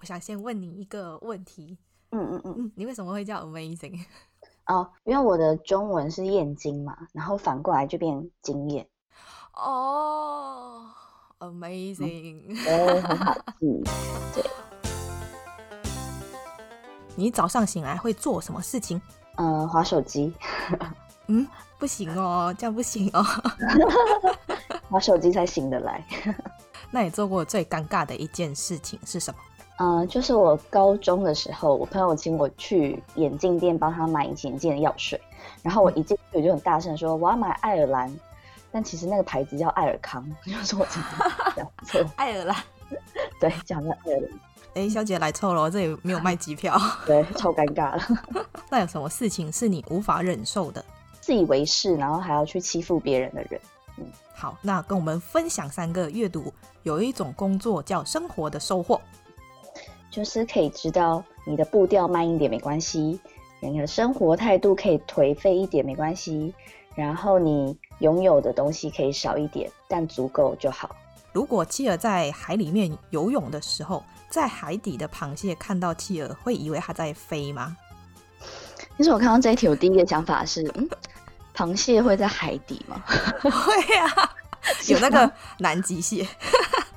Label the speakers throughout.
Speaker 1: 我想先问你一个问题，
Speaker 2: 嗯嗯嗯，
Speaker 1: 嗯，你为什么会叫 amazing？
Speaker 2: 哦，因为我的中文是燕京嘛，然后反过来就变经验，
Speaker 1: 哦、a m a z i n g
Speaker 2: 所以很好记。
Speaker 1: 你早上醒来会做什么事情？
Speaker 2: 呃，滑手机，
Speaker 1: 嗯，不行哦，这样不行哦。
Speaker 2: 滑手机才醒得来。
Speaker 1: 那你做过最尴尬的一件事情是什么？
Speaker 2: 呃，就是我高中的时候，我朋友请我去眼镜店帮他买隐形眼镜的药水，然后我一进去我就很大声说我要买爱尔兰，但其实那个牌子叫爱尔康， 就是我真的讲错，
Speaker 1: 爱尔兰，
Speaker 2: 对，讲的爱尔兰，
Speaker 1: 哎，小姐来错了，这里没有卖机 票。
Speaker 2: 对，超尴尬了，
Speaker 1: 那有什么事情是你无法忍受的？
Speaker 2: 自以为是，然后还要去欺负别人的人。
Speaker 1: 好，那跟我们分享三个阅读。有一种工作叫生活的收获。
Speaker 2: 就是可以知道你的步调慢一点没关系，你的生活态度可以颓废一点没关系，然后你拥有的东西可以少一点，但足够就好。
Speaker 1: 如果企鹅在海里面游泳的时候，在海底的螃蟹看到企鹅，会以为它在飞 吗？
Speaker 2: 其实我看到这一题，我第一个想法是，嗯，螃蟹会在海底吗？
Speaker 1: 会啊，有那个南极蟹。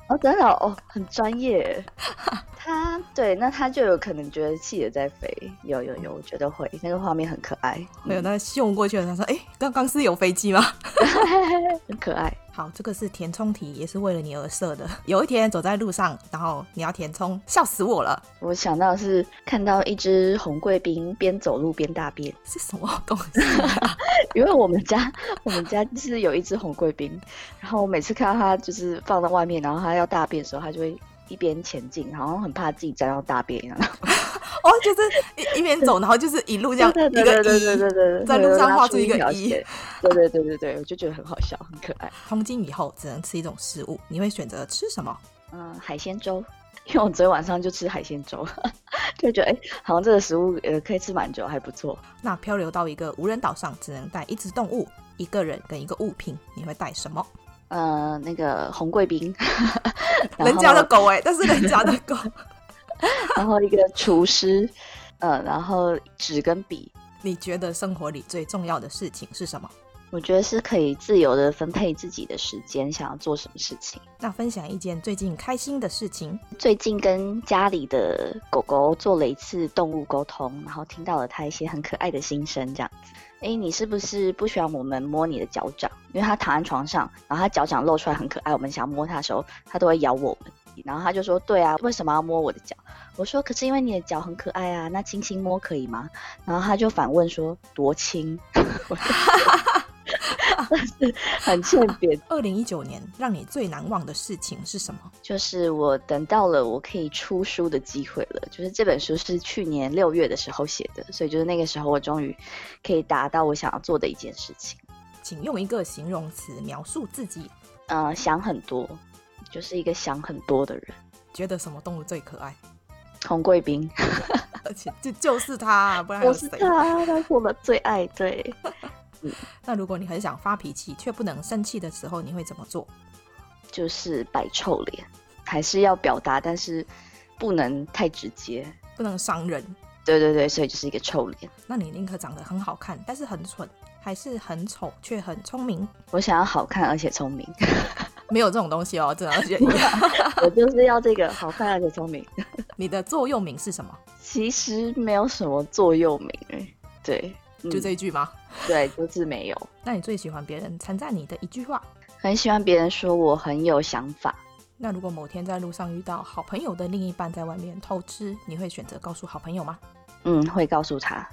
Speaker 2: 哦，真的哦，哦很专业耶。他对，那他就有可能觉得企鹅在飞。有有有，我觉得会，那个画面很可爱，嗯
Speaker 1: 没有，那秀过去了，他说：“哎、刚刚是有飞机吗
Speaker 2: 很可爱。？”
Speaker 1: 好，这个是填充题，也是为了你而设的。 有一天走在路上，然后你要填充，笑死我了，
Speaker 2: 我想到是看到一只红贵宾边走路边大便。
Speaker 1: 是什么东 西啊、
Speaker 2: 因为我们家我们家就是有一只红贵宾，然后我每次看到它就是放在外面，然后它要大便的时候，它就会一边前进，好像很怕自己沾到大便一样。
Speaker 1: 哦，就是一一边走，然后就是一路这样
Speaker 2: 对
Speaker 1: 一
Speaker 2: 对
Speaker 1: 个
Speaker 2: 对对对
Speaker 1: 一。
Speaker 2: 对对，
Speaker 1: 在路上画出一个
Speaker 2: 条
Speaker 1: 一
Speaker 2: 线。对对对对对，我就觉得很好笑，很可爱。
Speaker 1: 通经以后只能吃一种食物，你会选择吃什么？
Speaker 2: 嗯，海鲜粥，因为我昨天晚上就吃海鲜粥， 就觉得哎、好像这个食物呃可以吃蛮久，还不错。
Speaker 1: 那漂流到一个无人岛上，只能带一只动物、一个人跟一个物品，你会带什么？
Speaker 2: 呃，那个红贵宾， 然
Speaker 1: 人
Speaker 2: 后
Speaker 1: 家的狗哎、但是人家的狗
Speaker 2: 然后一个厨师，呃，然后纸跟笔，
Speaker 1: 你觉得生活里最重要的事情是什么？
Speaker 2: 我觉得是可以自由的分配自己的时间，想要做什么事情。
Speaker 1: 那分享一件最近开心的事情。
Speaker 2: 最近跟家里的狗狗做了一次动物沟通，然后听到了它一些很可爱的心声，这样子。哎，你是不是不喜欢我们摸你的脚掌？因为它躺在床上，然后它脚掌露出来很可爱，我们想摸它的时候，它都会咬我们。然后它就说：“对啊，为什么要摸我的脚？”我说：“可是因为你的脚很可爱啊，那轻轻摸可以吗？”然后它就反问说：“多轻？” 我就 真是很欠扁
Speaker 1: 二零一九年让你最难忘的事情是什么？
Speaker 2: 就是我等到了我可以出书的机会了。就是这本书是去年六月的时候写的，所以就是那个时候我终于可以达到我想要做的一件事情。
Speaker 1: 请用一个形容词描述自己，
Speaker 2: 呃，想很多，就是一个想很多的人。
Speaker 1: 觉得什么动物最可爱？
Speaker 2: 红贵宾，
Speaker 1: 而且就就是它，啊不然还
Speaker 2: 我
Speaker 1: 有
Speaker 2: 是
Speaker 1: 谁？
Speaker 2: 他，他是我的最爱。对，
Speaker 1: 那如果你很想发脾气却不能生气的时候，你会怎么做？
Speaker 2: 就是摆臭脸，还是要表达，但是不能太直接。
Speaker 1: 不能伤人。
Speaker 2: 对对对，所以就是一个臭脸。
Speaker 1: 那你宁可长得很好看，但是很蠢，还是很丑却很聪明？
Speaker 2: 我想要好看而且聪明，
Speaker 1: 没有这种东西哦，真的。而且你
Speaker 2: 我就是要这个好看而且聪明。
Speaker 1: 你的座右铭是什么？
Speaker 2: 其实没有什么座右铭诶，对， 嗯
Speaker 1: 就这一句吗？
Speaker 2: 对，就是没有。
Speaker 1: 那你最喜欢别人称赞你的一句话？
Speaker 2: 很喜欢别人说我很有想法，
Speaker 1: 那如果某天在路上遇到好朋友的另一半在外面偷吃，你会选择告诉好朋友吗？
Speaker 2: 嗯，会告诉他。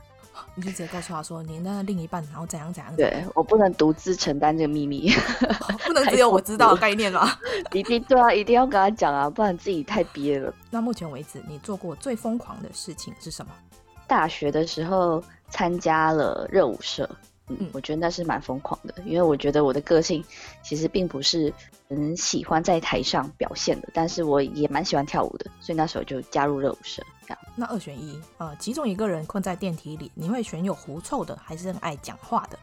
Speaker 1: 你就直接告诉他说你那另一半然后怎样怎样，
Speaker 2: 对我不能独自承担这个秘密，
Speaker 1: 不能只有我知道的概念吗？
Speaker 2: 一定 对啊，一定要跟他讲啊，不然自己太憋了。
Speaker 1: 那目前为止你做过最疯狂的事情是什么？
Speaker 2: 大学的时候参加了热舞社，嗯，
Speaker 1: 嗯
Speaker 2: 我觉得那是蛮疯狂的，因为我觉得我的个性其实并不是很喜欢在台上表现的，但是我也蛮喜欢跳舞的，所以那时候就加入热舞社。这样
Speaker 1: 那二选一，呃，其中一个人困在电梯里，你会选有狐臭的，还是很爱讲话的？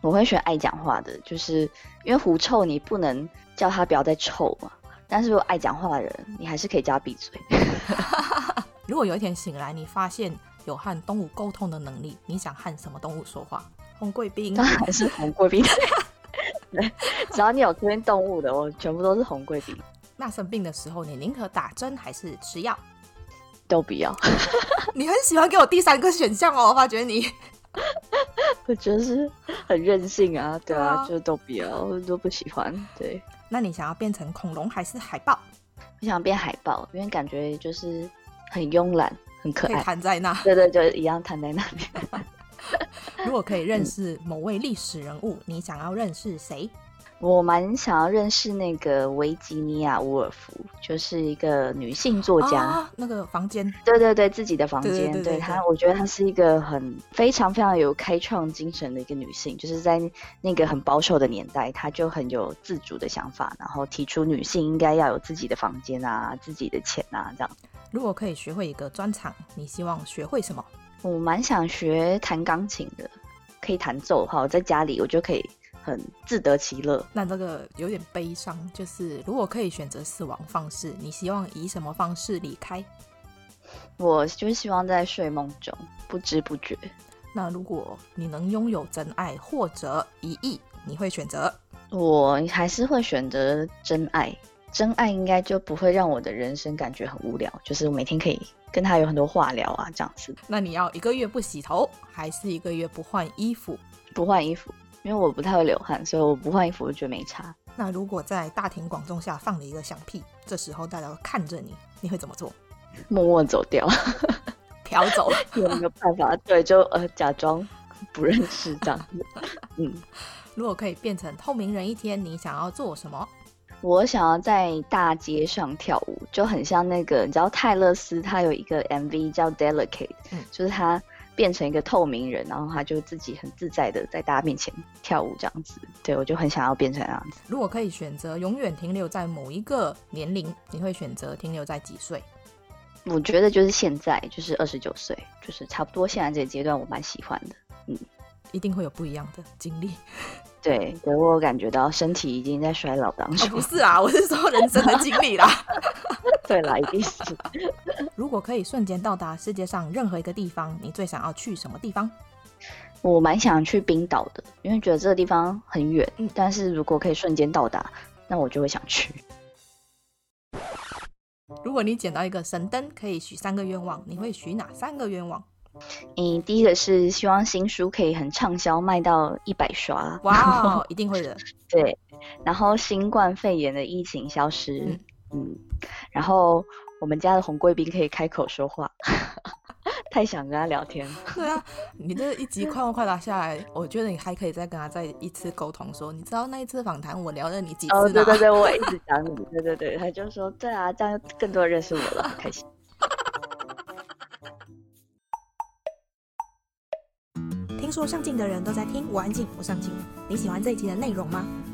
Speaker 2: 我会选爱讲话的，就是因为狐臭，你不能叫他不要再臭嘛。但是如果爱讲话的人，你还是可以叫他闭嘴。
Speaker 1: 如果有一天醒来，你发现有和动物沟通的能力，你想和什么动物说话？ 红贵宾
Speaker 2: 当然是红贵宾。 对，只要你有出现动物的，我全部都是红贵宾，
Speaker 1: 那生病的时候，你宁可打针还是吃药？
Speaker 2: 都不要。
Speaker 1: 你很喜欢给我第三个选项哦，我发觉你。
Speaker 2: 我觉得是很任性啊，对啊，
Speaker 1: 对啊
Speaker 2: 就都不要，我都不喜欢。对，
Speaker 1: 那你想要变成恐龙还是海豹？
Speaker 2: 我想变海豹，因为感觉就是很慵懒，很可
Speaker 1: 可以
Speaker 2: 爱。
Speaker 1: 躺在那。
Speaker 2: 对对，就一样躺在那里。
Speaker 1: 如果可以认识某位历史人物，你想要认识谁？
Speaker 2: 我蛮想要认识那个维吉尼亚·伍尔夫，就是一个女性作家。
Speaker 1: 啊、那个房间，
Speaker 2: 对对对，自己的房
Speaker 1: 对
Speaker 2: 间，
Speaker 1: 对对对
Speaker 2: 她，
Speaker 1: 对
Speaker 2: 我觉得她是一个很非常非常有开创精神的一个女性，就是在那个很保守的年代，她就很有自主的想法，然后提出女性应该要有自己的房间啊、自己的钱啊这样。
Speaker 1: 如果可以学会一个专长，你希望学会什么？
Speaker 2: 我蛮想学弹钢琴的，可以弹奏哈，我在家里我就可以很自得其乐。
Speaker 1: 那这个有点悲伤，就是如果可以选择死亡方式，你希望以什么方式离开？
Speaker 2: 我就是希望在睡梦中不知不觉。
Speaker 1: 那如果你能拥有真爱或者一亿，你会选择？
Speaker 2: 我还是会选择真爱，真爱应该就不会让我的人生感觉很无聊，就是我每天可以跟他有很多话聊啊，这样子
Speaker 1: 那你要一个月不洗头，还是一个月不换衣服？
Speaker 2: 不换衣服，因为我不太会流汗，所以我不换衣服我觉得没差。
Speaker 1: 那如果在大庭广众下放了一个响屁，这时候大家都看着你，你会怎么做？
Speaker 2: 默默走掉，
Speaker 1: 飘走。
Speaker 2: 有没有办法？对，就呃假装不认识这样子。嗯，
Speaker 1: 如果可以变成透明人一天，你想要做什么？
Speaker 2: 我想要在大街上跳舞，就很像那个，你知道泰勒斯他有一个 MV 叫 Delicate，、
Speaker 1: 嗯
Speaker 2: 就是他变成一个透明人，然后他就自己很自在的在大家面前跳舞这样子。对我就很想要变成那样子。
Speaker 1: 如果可以选择永远停留在某一个年龄，你会选择停留在几岁？
Speaker 2: 我觉得就是现在，就是二十九岁，就是差不多现在这个阶段，我蛮喜欢的。
Speaker 1: 一定会有不一样的经历。嗯
Speaker 2: 对，对我有感觉到身体已经在衰老当
Speaker 1: 哦，
Speaker 2: 中。
Speaker 1: 不是啊，我是说人生的经历啦。
Speaker 2: 对啦，一定是。
Speaker 1: 如果可以瞬间到达世界上任何一个地方，你最想要去什么地方？
Speaker 2: 我蛮想去冰岛的，因为觉得这个地方很远，
Speaker 1: 嗯
Speaker 2: 但是如果可以瞬间到达，那我就会想去。
Speaker 1: 如果你捡到一个神灯，可以许三个愿望，你会许哪三个愿 望？
Speaker 2: 嗯，第一个是希望新书可以很畅销，卖到一百刷。
Speaker 1: 哇哦，一定会的。
Speaker 2: 对，然后新冠肺炎的疫情消失，
Speaker 1: 嗯
Speaker 2: 嗯然后我们家的红贵宾可以开口说话， 太想跟他聊天。
Speaker 1: 对啊，你这一集快问快答下来，我觉得你还可以再跟他再一次沟通说，你知道那一次访谈我聊了你几次吗？
Speaker 2: 哦，对对对，我也一直讲你，对对对，他就说对啊，这样就更多人认识我了，很开心。
Speaker 1: 听说上镜的人都在听，我安静，我上镜。你喜欢这一集的内容吗？